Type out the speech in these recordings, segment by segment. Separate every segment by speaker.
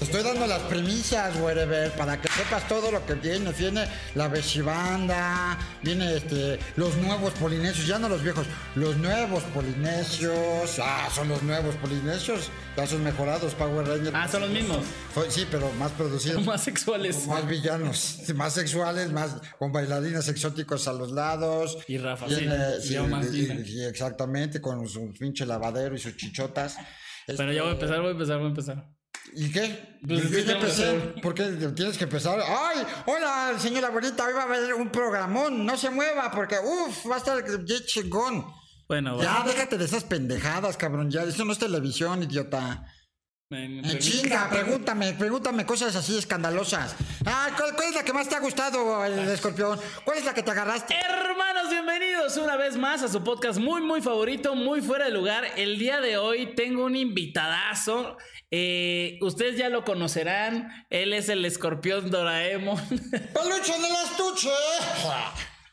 Speaker 1: Estoy dando las premisas, Wherever, para que sepas todo lo que viene. Viene la Beshibanda, viene este, los nuevos polinesios, ya no los viejos, los nuevos polinesios. Ah, son los nuevos polinesios. Ya son mejorados, Power Rangers.
Speaker 2: Ah, son los mismos.
Speaker 1: Fue- Sí, pero más producidos.
Speaker 2: Más sexuales.
Speaker 1: Más villanos, más sexuales, más con bailarines exóticos a los lados.
Speaker 2: Y Rafa
Speaker 1: Tiene-
Speaker 2: Silva, y Omar
Speaker 1: y-
Speaker 2: Silva.
Speaker 1: y- y exactamente, con su pinche lavadero y sus chichotas.
Speaker 2: Bueno, ya voy a empezar, voy a empezar, voy a empezar.
Speaker 1: ¿Y qué?
Speaker 2: Pues
Speaker 1: Yo
Speaker 2: es que
Speaker 1: ya
Speaker 2: tenemos
Speaker 1: empecé.
Speaker 2: que hacer.
Speaker 1: ¿Por qué tienes que empezar? ¡Ay! Hola, señora bonita. Hoy va a haber un programón. No se mueva porque, uff, va a estar bien chingón.
Speaker 2: Bueno, va.
Speaker 1: Ya, déjate de esas pendejadas, cabrón. Ya, eso no es televisión, idiota.
Speaker 2: Me- me
Speaker 1: Eh,
Speaker 2: permite-
Speaker 1: Chinga, pregúntame, pregúntame cosas así escandalosas. Ah, ¿cuál, cuál es la que más te ha gustado, el escorpión? ¿Cuál es la que te agarraste?
Speaker 2: Hermanos, bienvenidos una vez más a su podcast muy, muy favorito, muy fuera de lugar. El día de hoy tengo un invitadazo. Eh, ustedes ya lo conocerán. Él es el escorpión Doraemon.
Speaker 1: ¡Peluche en el estuche!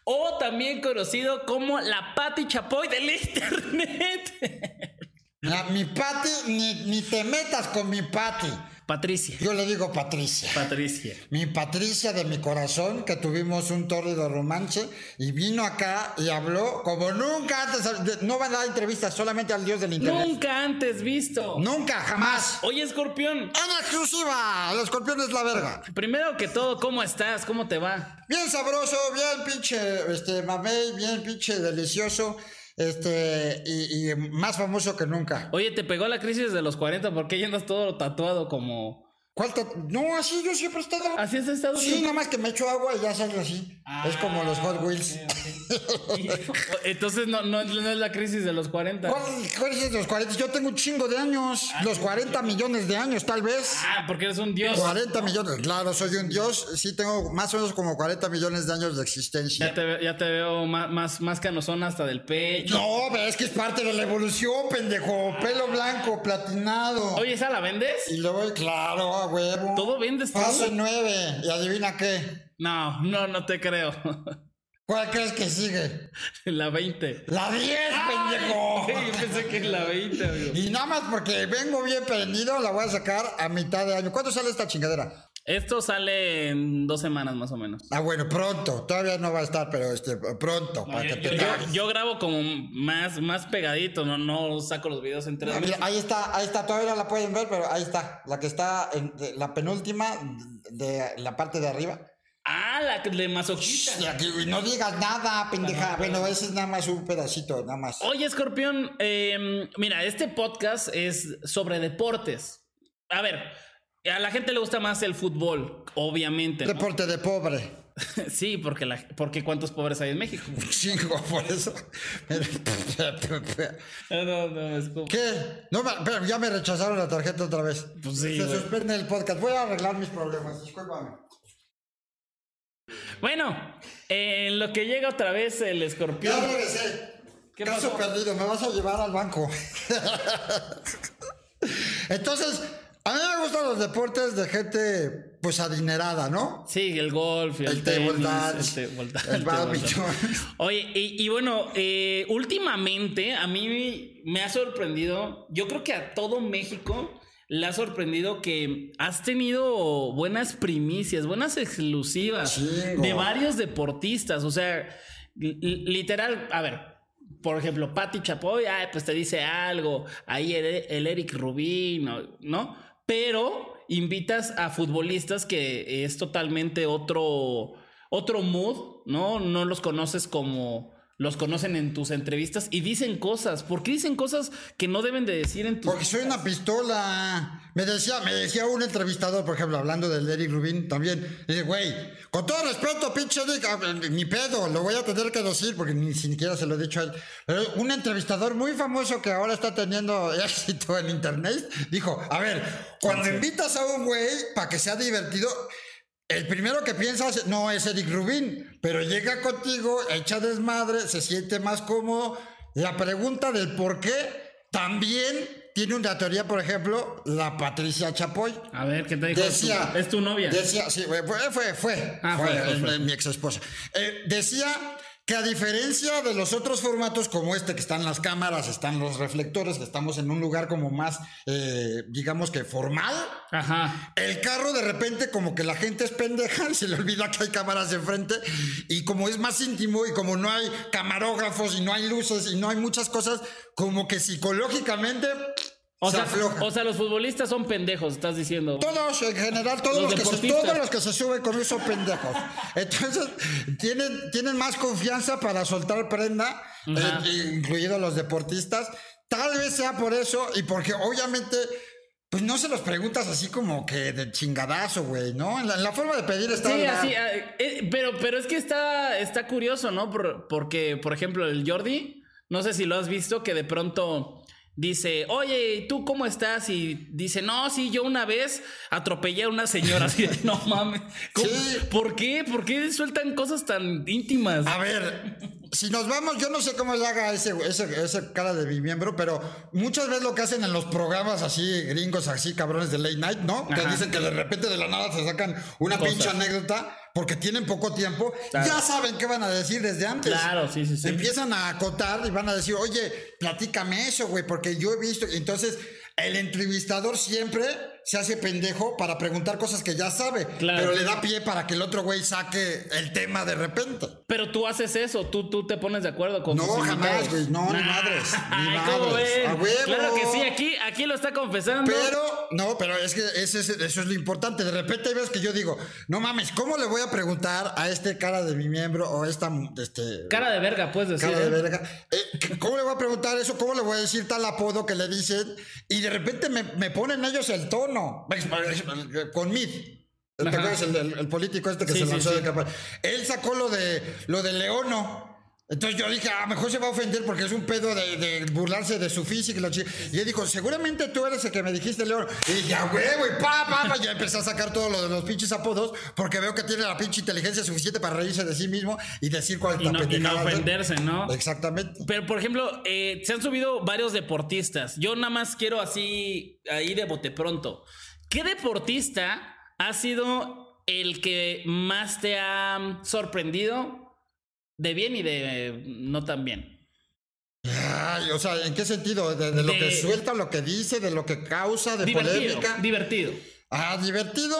Speaker 2: o también conocido como la Patti Chapoy del Internet.
Speaker 1: Mira, mi Pati, ni, ni te metas con mi Pati.
Speaker 2: Patricia.
Speaker 1: Yo le digo Patricia.
Speaker 2: Patricia.
Speaker 1: Mi Patricia de mi corazón, que tuvimos un tórrido romance, y vino acá y habló como nunca antes. de- No van a dar entrevistas solamente al dios del internet.
Speaker 2: Nunca antes visto.
Speaker 1: Nunca, jamás.
Speaker 2: Oye, escorpión.
Speaker 1: En exclusiva, el escorpión es la verga.
Speaker 2: Primero que todo, ¿cómo estás? ¿Cómo te va?
Speaker 1: Bien sabroso, bien pinche este, mamey, bien pinche delicioso. Este, y, y más famoso que nunca.
Speaker 2: Oye, te pegó la crisis de los 40 porque ya andas todo tatuado como...
Speaker 1: ¿Cuál te- No, así yo siempre he estado.
Speaker 2: Así has estado.
Speaker 1: Sí, nada más que me echo agua y ya sale así. es como los Hot Wheels.
Speaker 2: Entonces no, no, no es la crisis de los 40.
Speaker 1: ¿Cuál, cuál es los 40? Yo tengo un chingo de años. Los 40 millones de años, tal vez.
Speaker 2: Ah, porque eres un dios.
Speaker 1: 40 millones, claro, soy un dios. Sí, tengo más o menos como 40 millones de años de
Speaker 2: Ya
Speaker 1: existencia.
Speaker 2: te, ve- ya te veo más, más, más canosón hasta del pecho.
Speaker 1: No, pero es que es parte de la evolución, pendejo. Pelo blanco, platinado.
Speaker 2: Oye, ¿esa la vendes?
Speaker 1: Y luego, claro, a huevo.
Speaker 2: ¿Todo vendes tú?
Speaker 1: Fase 9. ¿Y adivina qué?
Speaker 2: No, no, no te creo.
Speaker 1: ¿Cuál crees que sigue?
Speaker 2: la 20.
Speaker 1: La 10, ¡Ah, pendejo.
Speaker 2: Yo pensé que es la 20, amigo.
Speaker 1: Y nada más porque vengo bien prendido, la voy a sacar a mitad de año. ¿Cuánto sale esta chingadera?
Speaker 2: Esto sale en dos semanas más o menos.
Speaker 1: Ah, bueno, pronto. Todavía no va a estar, pero este, pronto, para que te cagues.
Speaker 2: Yo grabo como más, más pegadito, no, no saco los videos en tres
Speaker 1: Ah, mira,
Speaker 2: meses.
Speaker 1: ahí está, ahí está, todavía no la pueden ver, pero ahí está, la que está en de- la penúltima de la parte de arriba.
Speaker 2: Ah, la de masoquista.
Speaker 1: Y aquí, y no digas nada, pendeja. Bueno, ese es nada más un pedacito, nada más.
Speaker 2: Oye, Escorpión, eh, mira, este podcast es sobre deportes. A ver, a la gente le gusta más el fútbol, obviamente. ¿no?
Speaker 1: Deporte de pobre.
Speaker 2: Sí, porque, la, porque cuántos pobres hay en México.
Speaker 1: Un Chingo, por eso.
Speaker 2: No, no, no, es como-
Speaker 1: ¿Qué? No, me- pero ya me rechazaron la tarjeta otra vez.
Speaker 2: Pues sí,
Speaker 1: Se
Speaker 2: güey.
Speaker 1: suspende el podcast. Voy a arreglar mis problemas, discúlpame.
Speaker 2: Bueno, eh, en lo que llega otra vez el
Speaker 1: Ya
Speaker 2: Escorpión.
Speaker 1: regresé.
Speaker 2: ¿Qué
Speaker 1: Caso
Speaker 2: pasó?
Speaker 1: perdido, me vas a llevar al banco. Entonces, a mí me gustan los deportes de gente, pues, adinerada, ¿no?
Speaker 2: Sí, el golf, el,
Speaker 1: El table
Speaker 2: tenis,
Speaker 1: dance,
Speaker 2: el table dance,
Speaker 1: el
Speaker 2: table
Speaker 1: badminton.
Speaker 2: dance. Oye, y, y bueno, eh, últimamente a mí me ha sorprendido, yo creo que a todo México le ha sorprendido que has tenido buenas primicias, buenas exclusivas
Speaker 1: Chingo.
Speaker 2: de varios deportistas. O sea, li- li- literal, a ver. Por ejemplo, Patti Chapoy, ay, pues te dice algo. Ahí el, el Eric Rubín, ¿no? ¿no? Pero invitas a futbolistas que es totalmente otro, otro mood, ¿no? No los conoces como los conocen en tus entrevistas y dicen cosas. ¿Por qué dicen cosas que no deben de decir en tus...
Speaker 1: Porque soy una pistola. Me decía, me decía un entrevistador, por ejemplo, hablando del Eric Rubin también. Dice, güey, con todo respeto, pinche Eric, ah, ni pedo, lo voy a tener que decir porque ni siquiera se lo he dicho a él. Pero un entrevistador muy famoso que ahora está teniendo éxito en internet dijo, a ver, cuando invitas a un güey para que sea divertido, el primero que piensas no es Eric Rubin, pero llega contigo, echa desmadre, se siente más cómodo. La pregunta del por qué también tiene una teoría, por ejemplo, la Patricia Chapoy.
Speaker 2: A ver, ¿qué te dijo?
Speaker 1: Decía.
Speaker 2: es tu novia.
Speaker 1: Decía, sí, fue, fue, fue,
Speaker 2: Ah, fue, fue,
Speaker 1: es
Speaker 2: fue.
Speaker 1: mi- mi ex esposa. decía que a diferencia de los otros formatos como este, que están las cámaras, están los reflectores, que estamos en un lugar como más, eh, digamos que formal,
Speaker 2: Ajá.
Speaker 1: el carro de repente como que la gente es pendeja y se le olvida que hay cámaras enfrente y como es más íntimo y como no hay camarógrafos y no hay luces y no hay muchas cosas, como que psicológicamente
Speaker 2: O
Speaker 1: se
Speaker 2: sea,
Speaker 1: afloja.
Speaker 2: o sea, los futbolistas son pendejos, estás diciendo.
Speaker 1: Todos, en general, todos
Speaker 2: Los
Speaker 1: los, que se,
Speaker 2: deportistas.
Speaker 1: todos los que se suben con esos pendejos. Entonces, tienen, tienen más confianza para soltar prenda,
Speaker 2: Ajá.
Speaker 1: eh, incluidos los deportistas. Tal vez sea por eso y porque obviamente, pues no se los preguntas así como que de chingadazo, güey, ¿no? En la, en la forma de pedir está...
Speaker 2: Sí,
Speaker 1: la-
Speaker 2: así, ah, eh, pero, pero es que está, está curioso, ¿no? Por- porque, por ejemplo, el Jordi, no sé si lo has visto, que de pronto dice, oye, ¿y ¿tú cómo estás? Y dice, no, sí, yo una vez atropellé a una señora. Así de, no mames. ¿Cómo?
Speaker 1: Sí.
Speaker 2: ¿Por qué? ¿Por qué sueltan cosas tan íntimas?
Speaker 1: A ver, si nos vamos, yo no sé cómo le haga ese, ese, ese cara de mi miembro, pero muchas veces lo que hacen en los programas así, gringos, así, cabrones de late night, ¿no? Te
Speaker 2: Ajá.
Speaker 1: dicen que de repente de la nada se sacan una
Speaker 2: Cosas.
Speaker 1: pinche anécdota porque tienen poco tiempo.
Speaker 2: Claro.
Speaker 1: Ya saben qué van a decir desde antes.
Speaker 2: Claro, sí, sí, sí.
Speaker 1: Empiezan a acotar y van a decir, oye, platícame eso, güey, porque yo he visto. Entonces, el entrevistador siempre se hace pendejo para preguntar cosas que ya sabe,
Speaker 2: Claro.
Speaker 1: pero le da pie para que el otro güey saque el tema de repente.
Speaker 2: Pero tú haces eso, tú, tú te pones de acuerdo con
Speaker 1: No,
Speaker 2: tus invitados.
Speaker 1: jamás, güey, no, ni
Speaker 2: Nah.
Speaker 1: madres, ni
Speaker 2: Ay, ¿cómo
Speaker 1: madres.
Speaker 2: ven?
Speaker 1: A huevo.
Speaker 2: Claro que sí, aquí, aquí lo está confesando.
Speaker 1: Pero, no, pero es que ese es- eso es lo importante. De repente hay veces que yo digo, no mames, ¿cómo le voy a preguntar a este cara de mi miembro o esta este,
Speaker 2: Cara de verga, puedes decir.
Speaker 1: cara
Speaker 2: ¿eh?
Speaker 1: de verga? Eh, ¿Cómo le voy a preguntar eso? ¿Cómo le voy a decir tal apodo que le dicen? Y de repente me, me ponen ellos el tono. Con Mid. ¿Te
Speaker 2: Ajá.
Speaker 1: acuerdas el, el- el político este que
Speaker 2: Sí,
Speaker 1: se
Speaker 2: sí,
Speaker 1: lanzó
Speaker 2: sí.
Speaker 1: de capa? Él sacó lo de lo de Leono. Entonces yo dije, a lo mejor se va a ofender porque es un pedo de, de burlarse de su física. Y, la chi- y él dijo, seguramente tú eres el que me dijiste, León. Y dije, a huevo, y pa, pa, pa. Ya empecé a sacar todo lo de los pinches apodos porque veo que tiene la pinche inteligencia suficiente para reírse de sí mismo y decir cuál
Speaker 2: Y no, y no ofenderse, ¿no?
Speaker 1: Exactamente.
Speaker 2: Pero, por ejemplo, eh, se han subido varios deportistas. Yo nada más quiero así, ahí de bote pronto. ¿Qué deportista ha sido el que más te ha sorprendido de bien y de eh, no tan bien?
Speaker 1: Ay, o sea, ¿en qué sentido? ¿De, de lo
Speaker 2: De-
Speaker 1: que suelta, lo que dice, de lo que causa, de
Speaker 2: divertido,
Speaker 1: polémica?
Speaker 2: divertido.
Speaker 1: Ah, divertido.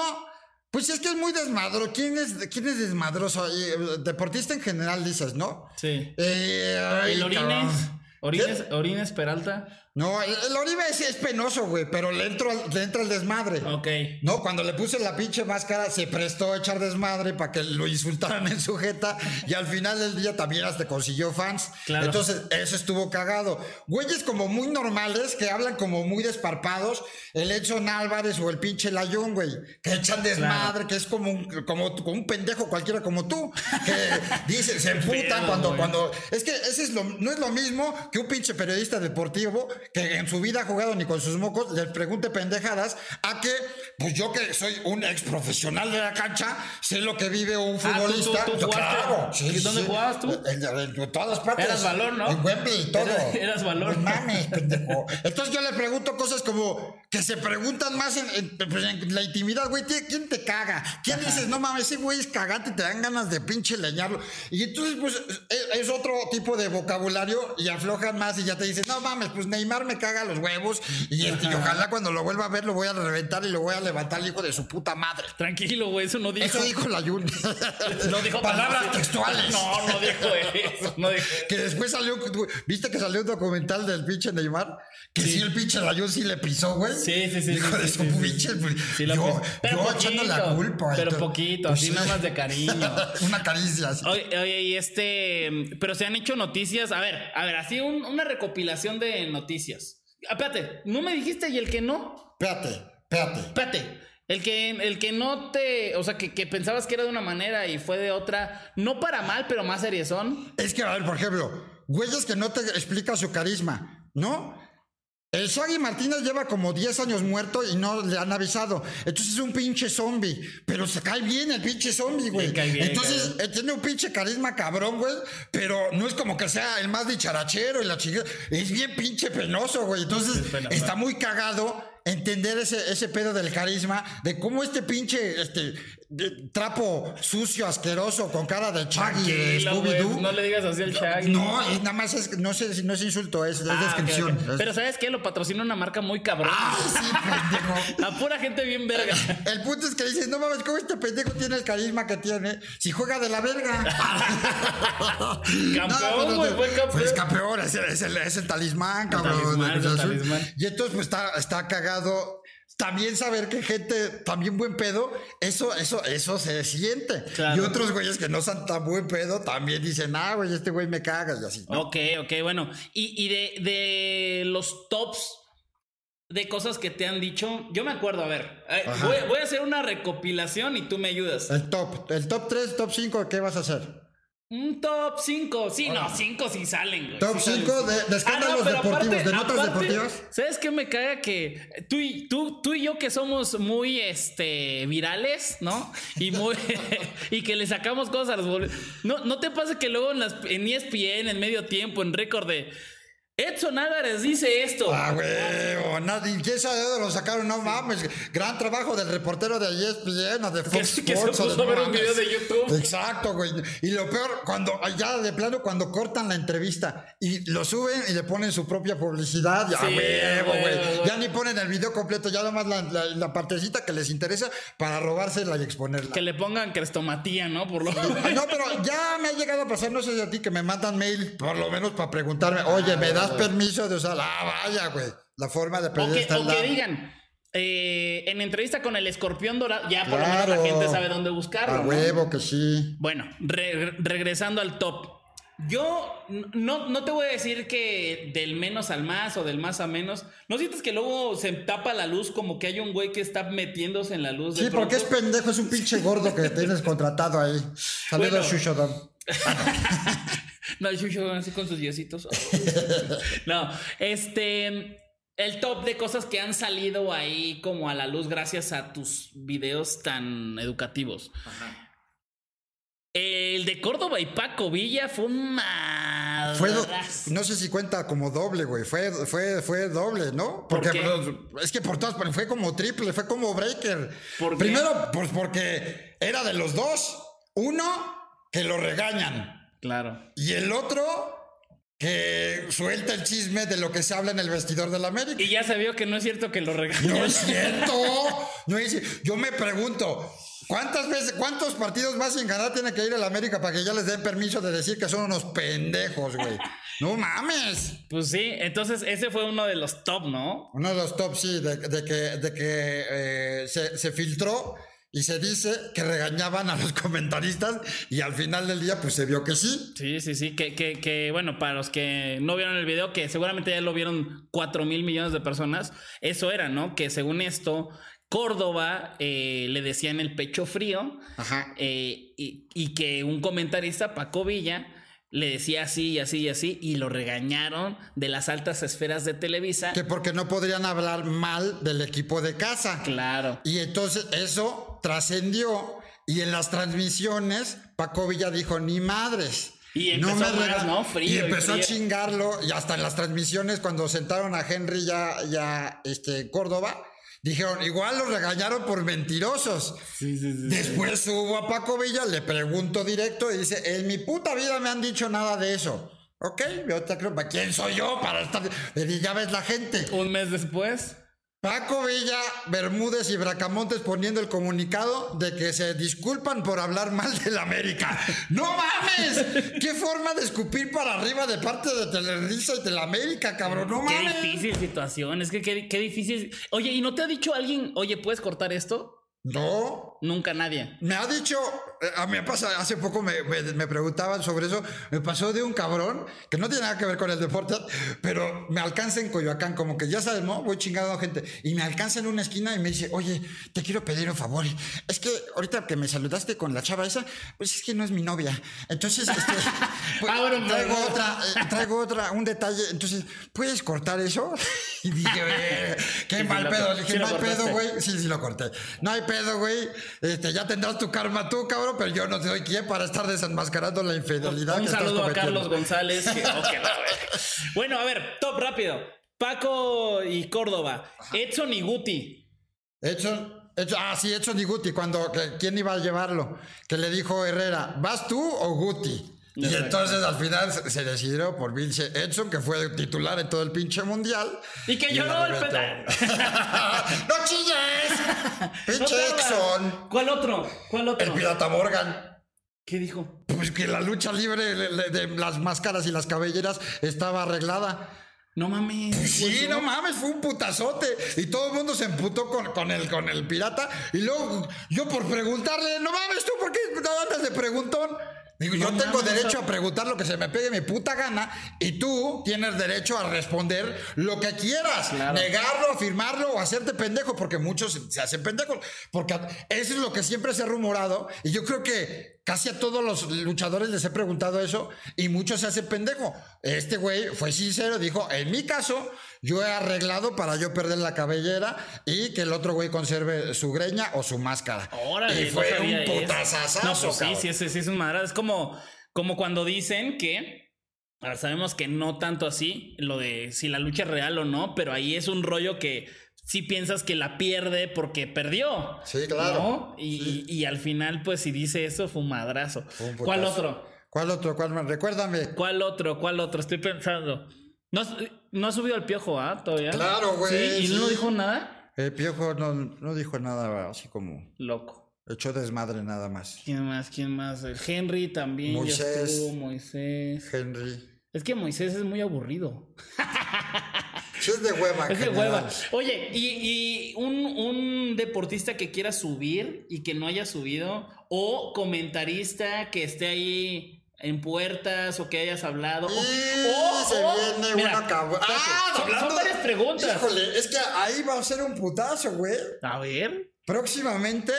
Speaker 1: Pues es que es muy desmadro. ¿Quién es, quién es desmadroso? Y, eh, Deportista en general, dices, ¿no?
Speaker 2: Sí.
Speaker 1: Eh, ay,
Speaker 2: El Orines,
Speaker 1: cabrón.
Speaker 2: Orines, Orines Peralta.
Speaker 1: No, el, el Oribe es, es penoso, güey, pero le, entro al- le entra el desmadre.
Speaker 2: Ok.
Speaker 1: No, cuando le puse la pinche máscara se prestó a echar desmadre para que lo insultaran en su jeta y al final del día también hasta consiguió fans.
Speaker 2: Claro.
Speaker 1: Entonces, eso estuvo cagado. Güeyes como muy normales que hablan como muy desparpados, el Edson Álvarez o el pinche Layón, güey, que echan desmadre, que es como un, como, como un pendejo cualquiera como tú, que dicen, se emputan
Speaker 2: pedo,
Speaker 1: cuando,
Speaker 2: güey.
Speaker 1: cuando... Es que ese es lo, no es lo mismo que un pinche periodista deportivo que en su vida ha jugado ni con sus mocos, les pregunte pendejadas a que, pues yo que soy un ex profesional de la cancha, sé lo que vive un
Speaker 2: Ah, ¿tú-
Speaker 1: futbolista.
Speaker 2: tú- tú
Speaker 1: Yo,
Speaker 2: jugaste?
Speaker 1: claro, sí,
Speaker 2: ¿Dónde
Speaker 1: sí.
Speaker 2: jugabas tú?
Speaker 1: En, en- en todas las partes.
Speaker 2: Eras balón, ¿no?
Speaker 1: En Wembley y todo. Pues,
Speaker 2: Eras- eras balón.
Speaker 1: No mames, pendejo. Entonces yo le pregunto cosas como que se preguntan más en, en- pues, en la intimidad, güey. ¿Quién quién te caga? ¿Quién dices, no mames, ese güey es cagante, te dan ganas de pinche leñarlo? Y entonces, pues, es, es otro tipo de vocabulario y aflojan más y ya te dicen, no mames, pues Neymar me caga los huevos y, este, y ojalá cuando lo vuelva a ver lo voy a reventar y lo voy a levantar, hijo de su puta madre.
Speaker 2: Tranquilo, güey, eso no dijo.
Speaker 1: Eso dijo la Jun.
Speaker 2: no dijo
Speaker 1: palabras textuales.
Speaker 2: No, no dijo eso. No dijo
Speaker 1: Que después salió, ¿viste que salió un documental del pinche Neymar? Que sí, el pinche Layún sí le pisó, güey.
Speaker 2: Sí, sí, sí,
Speaker 1: Hijo
Speaker 2: sí,
Speaker 1: de
Speaker 2: sí,
Speaker 1: su
Speaker 2: sí, sí.
Speaker 1: pinche.
Speaker 2: Sí, la
Speaker 1: yo
Speaker 2: pres- pero
Speaker 1: yo
Speaker 2: poquito,
Speaker 1: echando la culpa.
Speaker 2: Pero
Speaker 1: entonces,
Speaker 2: poquito,
Speaker 1: pues,
Speaker 2: así
Speaker 1: sí.
Speaker 2: nada más de cariño.
Speaker 1: Una caricia. así.
Speaker 2: Oye, oye, y este. Pero se han hecho noticias. A ver, a ver, así un- una recopilación de noticias. Ah, Espérate, ¿no me dijiste y el que no?
Speaker 1: Espérate, espérate.
Speaker 2: Espérate. El que, el que no te. O sea, que, que pensabas que era de una manera y fue de otra. No para mal, pero más seriezón.
Speaker 1: Es que, a ver, por ejemplo, güeyes que no te explica su carisma, ¿no? El Shaggy Martínez lleva como 10 años muerto y no le han avisado. Entonces es un pinche zombie. Pero se cae bien el pinche zombie, güey.
Speaker 2: Le cae bien,
Speaker 1: Entonces eh, tiene un pinche carisma cabrón, güey. Pero no es como que sea el más dicharachero y la chingada. Es bien pinche penoso, güey. Entonces
Speaker 2: Es penoso.
Speaker 1: está muy cagado entender ese, ese pedo del carisma, de cómo este pinche este, de- trapo sucio, asqueroso, con cara de Chaggy de
Speaker 2: Tranquilo,
Speaker 1: Scooby-Doo.
Speaker 2: güey, No le digas así al Shaggy.
Speaker 1: No, y nada más es, no, es, no es insulto, es, es
Speaker 2: Ah, ok,
Speaker 1: descripción.
Speaker 2: ok. Pero ¿sabes qué? Lo patrocina una marca muy cabrona.
Speaker 1: Ah, sí, pendejo.
Speaker 2: A pura gente bien verga.
Speaker 1: El punto es que dices, no mames, ¿cómo este pendejo tiene el carisma que tiene? Si juega de la verga.
Speaker 2: Campeón,
Speaker 1: No,
Speaker 2: güey,
Speaker 1: no,
Speaker 2: fue campeón.
Speaker 1: pues, campeón, es el, es el- es el talismán, cabrón.
Speaker 2: talismán,
Speaker 1: de Cruz
Speaker 2: es el
Speaker 1: Azul.
Speaker 2: talismán.
Speaker 1: Y entonces, pues está, está cagado. También saber que gente, también buen pedo, eso, eso, eso se siente.
Speaker 2: Claro.
Speaker 1: Y otros güeyes que no son tan buen pedo también dicen, ah, güey, este güey me caga y así. ¿no?
Speaker 2: Ok, ok, bueno. Y, y de, de los tops de cosas que te han dicho, yo me acuerdo, a ver, eh,
Speaker 1: Ajá.
Speaker 2: voy, voy a hacer una recopilación y tú me ayudas.
Speaker 1: El top, el top 3, top 5, ¿qué vas a hacer?
Speaker 2: Un top 5, sí, no, 5 sí salen. güey,
Speaker 1: Top
Speaker 2: sí salen
Speaker 1: 5 de, de escándalos
Speaker 2: pero
Speaker 1: deportivos,
Speaker 2: aparte-
Speaker 1: de notas
Speaker 2: aparte,
Speaker 1: deportivas.
Speaker 2: ¿Sabes qué me caga? Que tú y, tú, tú y yo que somos muy este, virales, ¿no? Y, muy, y que le sacamos cosas a los bol- no, no te pasa que luego en, las, en E ESPN, en medio tiempo, en récord de Edson Álvarez dice esto.
Speaker 1: Ah, huevo, nadie, ¿quién sabe de dónde lo sacaron? No mames, gran trabajo del reportero de E ESPN o de
Speaker 2: que,
Speaker 1: Fox
Speaker 2: que se
Speaker 1: Sports o de-
Speaker 2: puso a ver un
Speaker 1: mames.
Speaker 2: video de YouTube.
Speaker 1: Exacto, güey. Y lo peor, cuando ya de plano, cuando cortan la entrevista y lo suben y le ponen su propia publicidad, ya
Speaker 2: Sí,
Speaker 1: huevo,
Speaker 2: huevo,
Speaker 1: güey.
Speaker 2: huevo.
Speaker 1: Ya ni ponen el video completo, ya nomás la, la, la partecita que les interesa para robársela y exponerla.
Speaker 2: Que le pongan crestomatía, ¿no? Por lo menos.
Speaker 1: Ay, No, pero ya me ha llegado a pasar, no sé si a ti, que me mandan mail, por lo menos para preguntarme, oye, ¿me das permiso de usar? Ah, vaya, güey. La forma de pedir
Speaker 2: O que,
Speaker 1: está en
Speaker 2: o que
Speaker 1: la-
Speaker 2: digan, eh, en entrevista con el escorpión dorado, ya por lo menos
Speaker 1: Claro.
Speaker 2: la gente sabe dónde buscarlo.
Speaker 1: A
Speaker 2: ¿no?
Speaker 1: huevo que sí.
Speaker 2: Bueno, re- regresando al top. Yo n- no, no te voy a decir que del menos al más o del más a menos. ¿No sientes que luego se tapa la luz como que hay un güey que está metiéndose en la luz? de
Speaker 1: Sí, porque es
Speaker 2: pronto?
Speaker 1: pendejo, es un pinche gordo que tienes contratado ahí. Saludos,
Speaker 2: Bueno.
Speaker 1: Shushodon.
Speaker 2: No, el Shushu así con sus diositos. no, este... El top de cosas que han salido ahí como a la luz gracias a tus videos tan educativos. El de Córdoba y Paco Villa fue un
Speaker 1: Fue do-
Speaker 2: madrazo.
Speaker 1: no sé si cuenta como doble, güey. Fue, fue, fue doble, ¿no? Porque pues,
Speaker 2: qué?
Speaker 1: es que por todas partes fue como triple, fue como breaker.
Speaker 2: ¿Por qué?
Speaker 1: Primero, pues porque era de los dos. Uno, que lo regañan.
Speaker 2: Claro.
Speaker 1: Y el otro, que suelta el chisme de lo que se habla en el vestidor de la América.
Speaker 2: Y ya se vio que no es cierto que lo
Speaker 1: No
Speaker 2: regañó.
Speaker 1: es cierto. No es, yo me pregunto. ¿Cuántas veces, cuántos partidos más sin ganar tiene que ir el América para que ya les den permiso de decir que son unos pendejos, güey? No mames.
Speaker 2: Pues sí, entonces ese fue uno de los top, ¿no?
Speaker 1: Uno de los top, sí, de, de que, de que eh, se, se filtró y se dice que regañaban a los comentaristas y al final del día pues se vio que sí.
Speaker 2: Sí, sí, sí, que, que, que bueno, para los que no vieron el video, que seguramente ya lo vieron 4 mil millones de personas, eso era, ¿no? Que según esto, Córdoba eh, le decían el pecho frío
Speaker 1: Ajá.
Speaker 2: eh, y, y que un comentarista, Paco Villa, le decía así y así y así y lo regañaron de las altas esferas de Televisa.
Speaker 1: Que porque no podrían hablar mal del equipo de casa.
Speaker 2: Claro.
Speaker 1: Y entonces eso trascendió y en las transmisiones Paco Villa dijo ni madres.
Speaker 2: Y empezó más,
Speaker 1: rega-
Speaker 2: ¿no? Frío
Speaker 1: y
Speaker 2: y
Speaker 1: empezó
Speaker 2: frío.
Speaker 1: a chingarlo y hasta en las transmisiones cuando sentaron a Henry ya ya este Córdoba dijeron igual lo regañaron por mentirosos.
Speaker 2: Sí, sí, sí.
Speaker 1: Después subo a Paco Villa, le pregunto directo y dice, en mi puta vida me han dicho nada de eso. Ok, yo te creo, ¿para quién soy yo para estar? Y ya ves la gente.
Speaker 2: Un mes después.
Speaker 1: Paco Villa, Bermúdez y Bracamontes poniendo el comunicado de que se disculpan por hablar mal del América. ¡No mames! ¡Qué forma de escupir para arriba de parte de Televisa y del América, cabrón! ¡No
Speaker 2: Qué
Speaker 1: mames!
Speaker 2: difícil situación, es que qué, qué difícil. Oye, ¿y no te ha dicho alguien, oye, puedes cortar esto?
Speaker 1: No,
Speaker 2: Nunca nadie.
Speaker 1: Me ha dicho, eh, a mí me pasa, hace poco me, me- me preguntaban sobre eso, me pasó de un cabrón, que no tiene nada que ver con el deporte, pero me alcanza en Coyoacán, como que ya sabes, ¿no? Voy chingado gente, y me alcanza en una esquina y me dice, oye, te quiero pedir un favor, es que ahorita que me saludaste con la chava esa, pues es que no es mi novia, entonces, este, pues,
Speaker 2: Ah, bueno,
Speaker 1: traigo
Speaker 2: pero-
Speaker 1: otra, eh, traigo otra, un detalle, entonces, ¿puedes cortar eso? Y dije, "Ve, qué
Speaker 2: Sí, sí
Speaker 1: mal
Speaker 2: lo-
Speaker 1: pedo, le
Speaker 2: sí
Speaker 1: dije,
Speaker 2: lo
Speaker 1: no hay pedo,
Speaker 2: cortaste.
Speaker 1: güey. Sí, sí, lo corté. No hay pedo, güey. Este, ya tendrás tu karma tú, cabrón, pero yo no soy quién para estar desenmascarando la infidelidad
Speaker 2: Un
Speaker 1: Pues que estás
Speaker 2: saludo a
Speaker 1: cometiendo.
Speaker 2: Carlos González. que- oh, que la verga. bueno, a ver, top rápido. Paco y Córdoba, Edson y Guti.
Speaker 1: Edson, Edson- ah, sí, Edson y Guti, cuando, que- ¿quién iba a llevarlo? Que le dijo Herrera, ¿vas tú o Guti? Y
Speaker 2: Exacto.
Speaker 1: entonces al final se se decidió por Vince Edson, que fue titular en todo el pinche mundial.
Speaker 2: Y que
Speaker 1: yo
Speaker 2: lloró el penal.
Speaker 1: ¡No chilles!
Speaker 2: No
Speaker 1: ¡Pinche
Speaker 2: tarda.
Speaker 1: Edson!
Speaker 2: ¿Cuál otro? ¿Cuál
Speaker 1: El
Speaker 2: otro?
Speaker 1: pirata Morgan.
Speaker 2: ¿Qué dijo?
Speaker 1: Pues que la lucha libre le- le- de las máscaras y las cabelleras estaba arreglada.
Speaker 2: No mames.
Speaker 1: Sí,
Speaker 2: pues,
Speaker 1: no mames, fue un putazote. Y todo el mundo se emputó con, con, el, con el pirata. Y luego yo por preguntarle, no mames tú, ¿por qué no andas de preguntón? Digo, yo
Speaker 2: No
Speaker 1: tengo
Speaker 2: mames,
Speaker 1: derecho
Speaker 2: o-
Speaker 1: a preguntar lo que se me pegue mi puta gana y tú tienes derecho a responder lo que quieras,
Speaker 2: Claro.
Speaker 1: negarlo, afirmarlo o hacerte pendejo, porque muchos se hacen pendejos. Porque eso es lo que siempre se ha rumorado y yo creo que casi a todos los luchadores les he preguntado eso y muchos se hacen pendejo. Este güey fue sincero, dijo, en mi caso yo he arreglado para yo perder la cabellera y que el otro güey conserve su greña o su máscara.
Speaker 2: Órale,
Speaker 1: y
Speaker 2: no
Speaker 1: fue un
Speaker 2: sabía eso.
Speaker 1: putazazazo,
Speaker 2: No, pues sí,
Speaker 1: cabrón.
Speaker 2: sí, es- sí es un madrazo. Es como, como cuando dicen que. Ahora sabemos que no tanto así, lo de si la lucha es real o no, pero ahí es un rollo que sí piensas que la pierde porque perdió.
Speaker 1: Sí, claro.
Speaker 2: ¿no? Y, y- y al final, pues si dice eso, fue un madrazo.
Speaker 1: Fue un putazo.
Speaker 2: ¿Cuál otro?
Speaker 1: ¿Cuál otro? ¿Cuál más? Recuérdame.
Speaker 2: ¿Cuál otro? ¿Cuál otro? Estoy pensando. No, has- no ha subido el piojo, ¿ah? Todavía.
Speaker 1: Claro, güey,
Speaker 2: ¿Sí? ¿Y no
Speaker 1: sí.
Speaker 2: dijo nada?
Speaker 1: El Piojo no, no dijo nada así como
Speaker 2: Loco.
Speaker 1: echó desmadre nada más.
Speaker 2: ¿Quién más? ¿Quién más? El Henry también. ya
Speaker 1: Moisés.
Speaker 2: estuvo, Moisés.
Speaker 1: Henry.
Speaker 2: Es que Moisés es muy aburrido.
Speaker 1: Sí es de hueva. en
Speaker 2: Es de
Speaker 1: general.
Speaker 2: hueva. Oye, y, y un, un deportista que quiera subir y que no haya subido, o comentarista que esté ahí en puertas o que hayas hablado.
Speaker 1: Y
Speaker 2: o- o-
Speaker 1: se
Speaker 2: o-
Speaker 1: viene
Speaker 2: mira,
Speaker 1: una cab-
Speaker 2: espérate,
Speaker 1: Ah,
Speaker 2: son-
Speaker 1: hablando
Speaker 2: son,
Speaker 1: de-
Speaker 2: varias preguntas.
Speaker 1: Híjole, es que ahí va a ser un putazo, güey.
Speaker 2: A ver.
Speaker 1: Próximamente,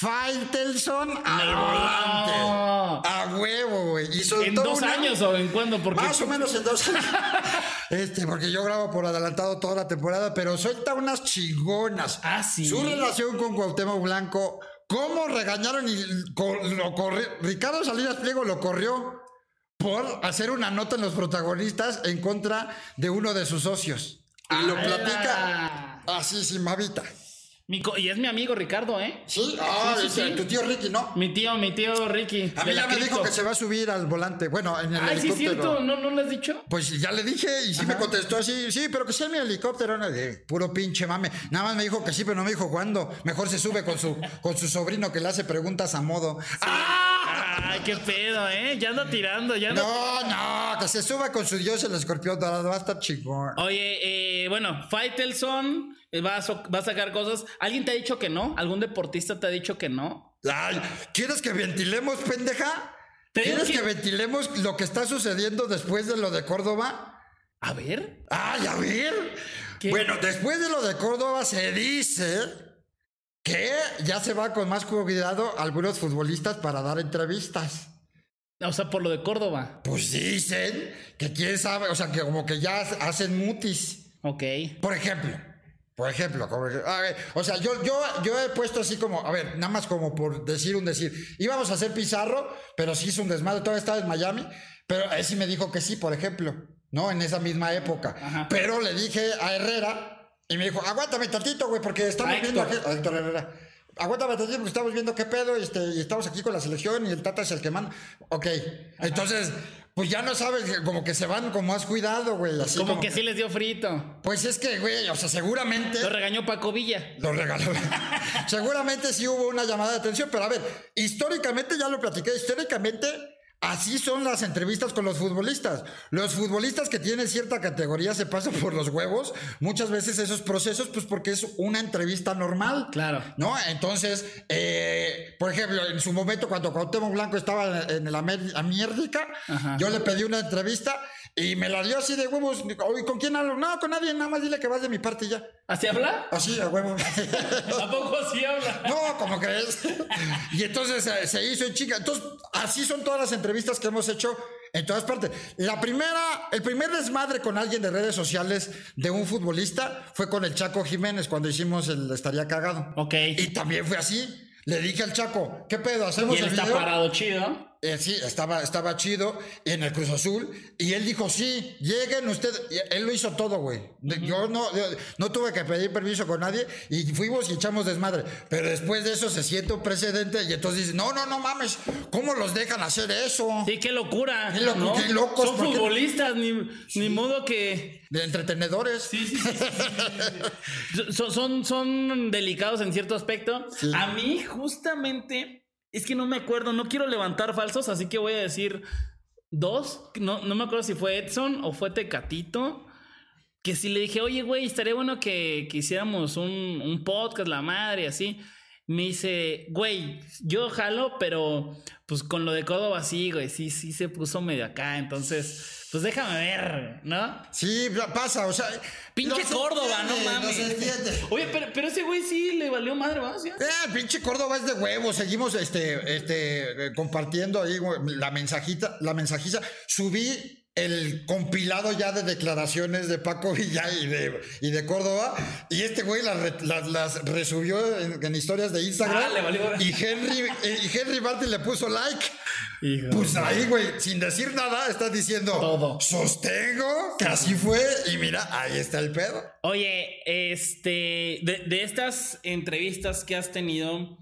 Speaker 1: Faitelson al volante.
Speaker 2: No.
Speaker 1: A huevo, güey. Y soltó
Speaker 2: ¿En dos
Speaker 1: una-
Speaker 2: años o en cuándo? Porque
Speaker 1: Más o menos en dos años. Este, porque yo grabo por adelantado toda la temporada, pero suelta unas chingonas.
Speaker 2: Ah, sí.
Speaker 1: Su relación con Cuauhtémoc Blanco, cómo regañaron y co- lo corri- Ricardo Salinas Pliego lo corrió por hacer una nota en los protagonistas en contra de uno de sus socios. Y lo platica
Speaker 2: Ah.
Speaker 1: así sin mavita.
Speaker 2: Mi co- y es mi amigo Ricardo, ¿eh?
Speaker 1: Sí, ah,
Speaker 2: Sí, sí,
Speaker 1: este,
Speaker 2: sí.
Speaker 1: tu tío Ricky, ¿no?
Speaker 2: Mi tío, mi tío Ricky.
Speaker 1: A
Speaker 2: de
Speaker 1: mí
Speaker 2: la
Speaker 1: ya me dijo
Speaker 2: cripto.
Speaker 1: que se va a subir al volante. Bueno, en el
Speaker 2: Ay, sí,
Speaker 1: helicóptero.
Speaker 2: es cierto. ¿No, ¿No lo has dicho?
Speaker 1: Pues ya le dije y sí me contestó así, sí, pero que sea mi helicóptero, no, de puro pinche mame. Nada más me dijo que sí, pero no me dijo cuándo. Mejor se sube con su con su sobrino que le hace preguntas a modo. ¡Ah!
Speaker 2: Ay, qué pedo, ¿eh? Ya anda tirando, ya anda.
Speaker 1: No, no, que se suba con su dios el escorpión dorado, va a estar chingón.
Speaker 2: Oye, eh, bueno, Faitelson eh, va a, so- va a sacar cosas. ¿Alguien te ha dicho que no? ¿Algún deportista te ha dicho que no?
Speaker 1: Ay, ¿quieres que ventilemos, pendeja?
Speaker 2: Te digo
Speaker 1: ¿Quieres
Speaker 2: que-
Speaker 1: que ventilemos lo que está sucediendo después de lo de Córdoba?
Speaker 2: A ver.
Speaker 1: Ay, a ver.
Speaker 2: ¿Qué?
Speaker 1: Bueno, después de lo de Córdoba se dice que ya se va con más cuidado algunos futbolistas para dar entrevistas.
Speaker 2: O sea, por lo de Córdoba.
Speaker 1: Pues dicen que quién sabe, o sea, que como que ya hacen mutis.
Speaker 2: Ok.
Speaker 1: Por ejemplo, por ejemplo, como que- a ver, o sea, yo, yo, yo he puesto así como, a ver, nada más como por decir un decir, íbamos a hacer Pizarro, pero sí hizo un desmadre, todavía estaba en Miami, pero él sí me dijo que sí, por ejemplo, ¿no? En esa misma época.
Speaker 2: Ajá.
Speaker 1: Pero le dije a Herrera y me dijo, aguántame tantito, güey, porque estamos
Speaker 2: A
Speaker 1: viendo aquí,
Speaker 2: Héctor.
Speaker 1: a Héctor Herrera. Aguántame tantito porque estamos viendo qué pedo este, y estamos aquí con la selección y el Tata es el que manda. Ok, entonces, pues ya no sabes, como que se van como has cuidado, güey. así
Speaker 2: Como que sí les dio frito.
Speaker 1: pues es que, güey, o sea, seguramente
Speaker 2: Lo regañó Paco Villa.
Speaker 1: lo regaló. seguramente sí hubo una llamada de atención, pero a ver, históricamente, ya lo platiqué, históricamente así son las entrevistas con los futbolistas. Los futbolistas que tienen cierta categoría se pasan por los huevos muchas veces esos procesos, pues porque es una entrevista normal.
Speaker 2: Claro.
Speaker 1: ¿No? Entonces, eh, por ejemplo, en su momento cuando Cuauhtémoc Blanco estaba en la América,
Speaker 2: Ajá.
Speaker 1: yo le pedí una entrevista y me la dio así de huevos. Oye, ¿con quién hablo? No, con nadie, nada más dile que vas de mi parte y ya.
Speaker 2: ¿Así habla?
Speaker 1: Así, a huevo.
Speaker 2: ¿A poco así habla?
Speaker 1: No, ¿cómo crees? Y entonces eh, se hizo en chica. Entonces, así son todas las entrevistas que hemos hecho en todas partes. La primera, el primer desmadre con alguien de redes sociales de un futbolista fue con el Chaco Jiménez cuando hicimos el Estaría Cagado.
Speaker 2: Ok.
Speaker 1: Y también fue así. Le dije al Chaco, ¿qué pedo?
Speaker 2: Y
Speaker 1: ¿Hacemos
Speaker 2: él
Speaker 1: el
Speaker 2: está
Speaker 1: video?
Speaker 2: parado chido.
Speaker 1: eh, sí, estaba, estaba chido en el Cruz Azul. Y él dijo, sí, lleguen ustedes. Y Él lo hizo todo, güey. De- Yo no, yo no tuve que pedir permiso con nadie y fuimos y echamos desmadre. Pero después de eso se siente un precedente y entonces dice, no, no, no mames, ¿cómo los dejan hacer eso?
Speaker 2: Sí, qué locura.
Speaker 1: Qué loco- qué locos,
Speaker 2: Son
Speaker 1: ¿por qué?
Speaker 2: futbolistas, ni, ni modo que.
Speaker 1: De entretenedores.
Speaker 2: Sí, sí, sí, sí, sí, sí. Son, son, son delicados en cierto aspecto.
Speaker 1: Sí.
Speaker 2: A mí, justamente, es que no me acuerdo, no quiero levantar falsos, así que voy a decir dos. No, no me acuerdo si fue Edson o fue Tecatito. Que si le dije, oye, güey, estaría bueno que, que hiciéramos un, un podcast, la madre, así. Me dice, güey, yo jalo, pero pues con lo de Córdoba sí, güey, sí, sí se puso medio acá. Entonces, pues déjame ver, ¿no?
Speaker 1: Sí, pasa, o sea.
Speaker 2: Pinche
Speaker 1: no se
Speaker 2: Córdoba,
Speaker 1: entiende,
Speaker 2: no mames.
Speaker 1: se entiende.
Speaker 2: Oye, pero, pero ese güey sí le valió madre, ¿verdad? ¿Sí?
Speaker 1: Eh, pinche Córdoba es de huevo. Seguimos este, este, eh, compartiendo ahí güey, la mensajita, la mensajiza. Subí el compilado ya de declaraciones de Paco Villa y de, y de Córdoba. Y este güey las, re- las- las resubió en, en historias de Instagram.
Speaker 2: Ah, le valió.
Speaker 1: y Henry, eh, y Henry Martin le puso like.
Speaker 2: Hijo.
Speaker 1: Pues ahí, güey, sin decir nada, está diciendo
Speaker 2: Todo.
Speaker 1: Sostengo que así fue. Y mira, ahí está el pedo.
Speaker 2: Oye, este, de, de estas entrevistas que has tenido,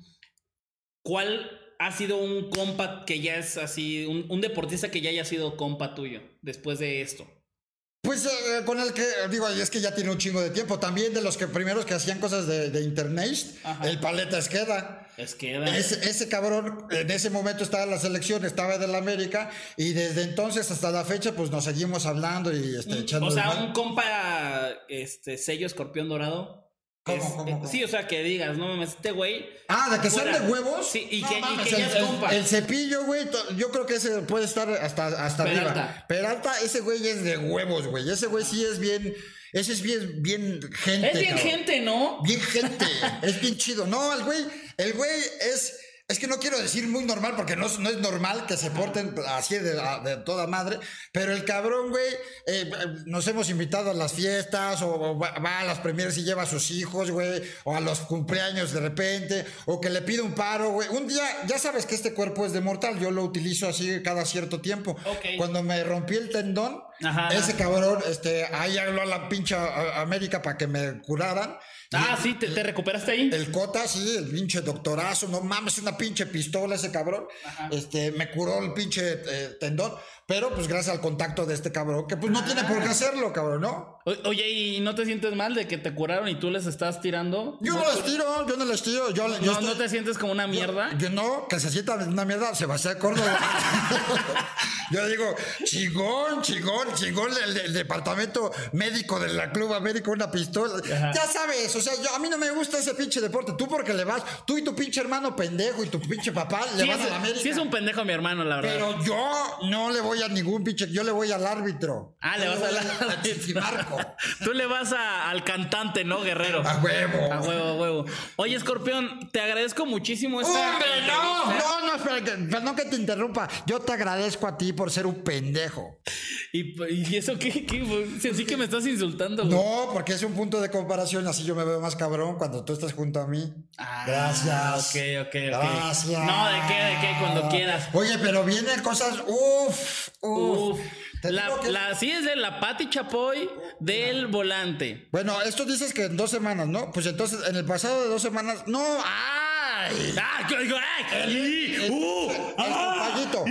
Speaker 2: ¿cuál ha sido un compa que ya es así, un, un deportista que ya haya sido compa tuyo después de esto?
Speaker 1: Pues eh, con el que, digo, y es que ya tiene un chingo de tiempo. También de los que primeros que hacían cosas de, de internet,
Speaker 2: Ajá.
Speaker 1: el paleta Esqueda.
Speaker 2: Es que era-
Speaker 1: Ese, ese cabrón en ese momento estaba en la selección, estaba de la América, y desde entonces hasta la fecha, pues nos seguimos hablando y este, echando.
Speaker 2: Mm, o
Speaker 1: el
Speaker 2: sea,
Speaker 1: mal.
Speaker 2: un compa, este, sello escorpión dorado. que
Speaker 1: ¿Cómo, cómo,
Speaker 2: eh,
Speaker 1: cómo?
Speaker 2: Sí, o sea, que digas, no mames, este güey.
Speaker 1: Ah, de que
Speaker 2: fuera.
Speaker 1: sean de huevos.
Speaker 2: Sí, y
Speaker 1: No
Speaker 2: que, y
Speaker 1: mames,
Speaker 2: que ya
Speaker 1: el,
Speaker 2: es compa.
Speaker 1: el- el cepillo, güey, to- yo creo que ese puede estar hasta, hasta arriba.
Speaker 2: Peralta.
Speaker 1: Peralta, ese güey es de huevos, güey. Ese güey sí es bien. Ese es bien, bien gente.
Speaker 2: es bien
Speaker 1: cabrón.
Speaker 2: gente, ¿no?
Speaker 1: Bien gente, es bien chido. No, el güey, el güey es. Es que no quiero decir muy normal, porque no, es- no es normal que se porten así de, de toda madre, pero el cabrón, güey, eh, nos hemos invitado a las fiestas, o, o va va a las premieres y lleva a sus hijos, güey, o a los cumpleaños de repente, o que le pide un paro, güey. Un día, ya sabes que este cuerpo es de mortal, yo lo utilizo así cada cierto tiempo.
Speaker 2: Ok.
Speaker 1: Cuando me rompí el tendón,
Speaker 2: Ajá.
Speaker 1: ese cabrón, este, ahí habló a la pincha a- América para que me curaran.
Speaker 2: Ah, sí, te, te recuperaste ahí.
Speaker 1: El Cota, sí, el pinche doctorazo, no mames, una pinche pistola ese cabrón.
Speaker 2: Ajá.
Speaker 1: Este, me curó el pinche eh, tendón, pero pues gracias al contacto de este cabrón, que pues
Speaker 2: Ah.
Speaker 1: no tiene por qué hacerlo, cabrón, ¿no?
Speaker 2: O- Oye, ¿y no te sientes mal de que te curaron y tú les estás tirando?
Speaker 1: Yo no les tiro, yo no les tiro, yo, yo
Speaker 2: pues, no,
Speaker 1: estoy-
Speaker 2: no te sientes como una mierda.
Speaker 1: Yo no, que se sienta una mierda, se va a hacer Córdoba. yo digo, chingón, chingón, chingón, el, el departamento médico de la Club América, una pistola.
Speaker 2: Ajá.
Speaker 1: Ya sabes, o sea, yo- a mí no me gusta ese pinche deporte. Tú porque le vas, tú y tu pinche hermano pendejo y tu pinche papá le
Speaker 2: sí,
Speaker 1: vas
Speaker 2: es,
Speaker 1: a la América.
Speaker 2: sí es un pendejo mi hermano, la verdad.
Speaker 1: Pero yo no le voy a ningún pinche, yo le voy al árbitro.
Speaker 2: ah, le
Speaker 1: Yo
Speaker 2: vas
Speaker 1: voy
Speaker 2: a la
Speaker 1: Chichimarco.
Speaker 2: Tú le vas a- al cantante, ¿no, guerrero?
Speaker 1: A huevo.
Speaker 2: A huevo, a huevo. Oye, Escorpión, te agradezco muchísimo esta
Speaker 1: ¡Hombre, no!
Speaker 2: entrevista.
Speaker 1: No, no, espera, que- perdón que te interrumpa. Yo te agradezco a ti por ser un pendejo.
Speaker 2: Y, y eso qué, qué güey? Sentí que me estás insultando, güey.
Speaker 1: No, porque es un punto de comparación, así yo me veo más cabrón cuando tú estás junto a mí.
Speaker 2: Ah,
Speaker 1: Gracias.
Speaker 2: ok, ok, ok.
Speaker 1: Gracias.
Speaker 2: No, ¿de qué? ¿De qué? Cuando quieras.
Speaker 1: Oye, pero vienen cosas, uf, uf.
Speaker 2: Uf.
Speaker 1: Te
Speaker 2: La,
Speaker 1: digo que-
Speaker 2: la- sí es de la Pati Chapoy del volante.
Speaker 1: Bueno, esto dices que en dos semanas, ¿no? Pues entonces, en el pasado de dos semanas, no, ay.
Speaker 2: ¡Ah! qué- qué- y- uh,
Speaker 1: El
Speaker 2: ah.
Speaker 1: compayito,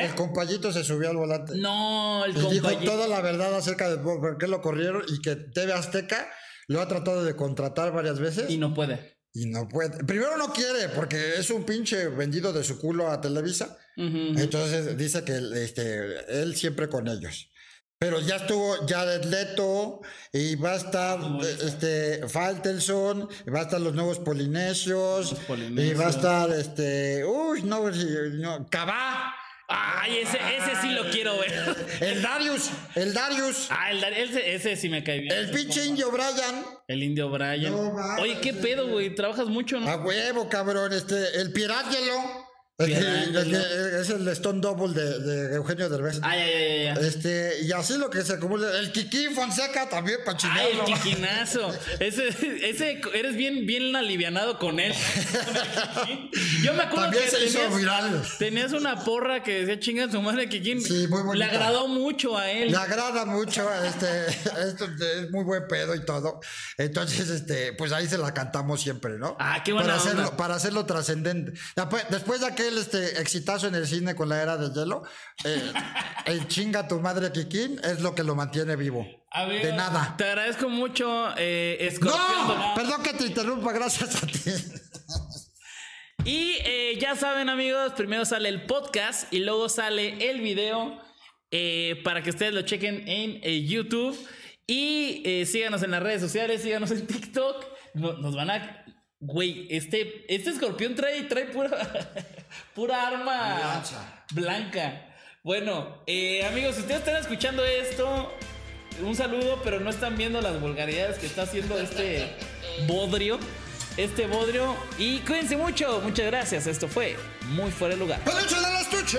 Speaker 1: el compayito se subió al volante.
Speaker 2: No, el
Speaker 1: Y dijo
Speaker 2: compañero.
Speaker 1: toda la verdad acerca de por qué lo corrieron y que TV Azteca lo ha tratado de contratar varias veces.
Speaker 2: Y no puede.
Speaker 1: Y no puede. Primero no quiere, porque es un pinche vendido de su culo a Televisa.
Speaker 2: Ujú.
Speaker 1: Entonces dice que este, él siempre con ellos. Pero ya estuvo Jared Leto y va a estar eh, este, Faltelson, y va a estar los nuevos polinesios,
Speaker 2: Los Polinesios.
Speaker 1: y va a estar este. Uy, no, sí, no Cabá,
Speaker 2: Ay, ese, ese sí lo quiero ver.
Speaker 1: el Darius, el Darius,
Speaker 2: Ah, el, Dar- ese, ese sí me cae bien.
Speaker 1: el pinche indio Brian.
Speaker 2: El indio Brian.
Speaker 1: No Ah, mames,
Speaker 2: Oye, qué pedo, güey. Trabajas mucho, ¿no?
Speaker 1: A huevo, cabrón, este, el Pirátelo. Es, que-
Speaker 2: Piedra
Speaker 1: es que
Speaker 2: Ángel,
Speaker 1: es el Stone Double de, de Eugenio Derbez.
Speaker 2: ¿no? Ay, ay, ay, ay, ay.
Speaker 1: Este, y así lo que se acumula. El Kikín Fonseca también para
Speaker 2: Ay, el
Speaker 1: chingarlo.
Speaker 2: quiquinazo. Ese, ese eres bien, bien alivianado con él. Yo me acuerdo
Speaker 1: También
Speaker 2: que
Speaker 1: se hizo
Speaker 2: tenías-
Speaker 1: viral.
Speaker 2: Tenías una porra que decía chinga su madre Kikín.
Speaker 1: Sí, muy bonita.
Speaker 2: Le agradó mucho a él.
Speaker 1: Le agrada mucho, este, esto es muy buen pedo y todo. Entonces, este, pues ahí se la cantamos siempre, ¿no?
Speaker 2: Ah, qué buena
Speaker 1: para
Speaker 2: onda.
Speaker 1: hacerlo, para hacerlo trascendente. Después, después de aquel este exitazo en el cine con la era de hielo, eh, el chinga tu madre Kikín es lo que lo mantiene vivo.
Speaker 2: Amigo,
Speaker 1: de nada.
Speaker 2: Te agradezco mucho, eh,
Speaker 1: ¡No!
Speaker 2: Escorpión Dorado.
Speaker 1: Perdón que te interrumpa, gracias a ti.
Speaker 2: Y eh, ya saben, amigos, primero sale el podcast y luego sale el video eh, para que ustedes lo chequen en eh, YouTube. Y eh, síganos en las redes sociales, síganos en TikTok. No- nos van a. Güey, este, este escorpión trae, trae pura, pura arma
Speaker 1: Lanza.
Speaker 2: blanca. Bueno, eh, amigos, si ustedes están escuchando esto, un saludo, pero no están viendo las vulgaridades que está haciendo este bodrio. Este bodrio. Y cuídense mucho. Muchas gracias. Esto fue muy fuera de lugar.
Speaker 1: ¡Peluche del estuche!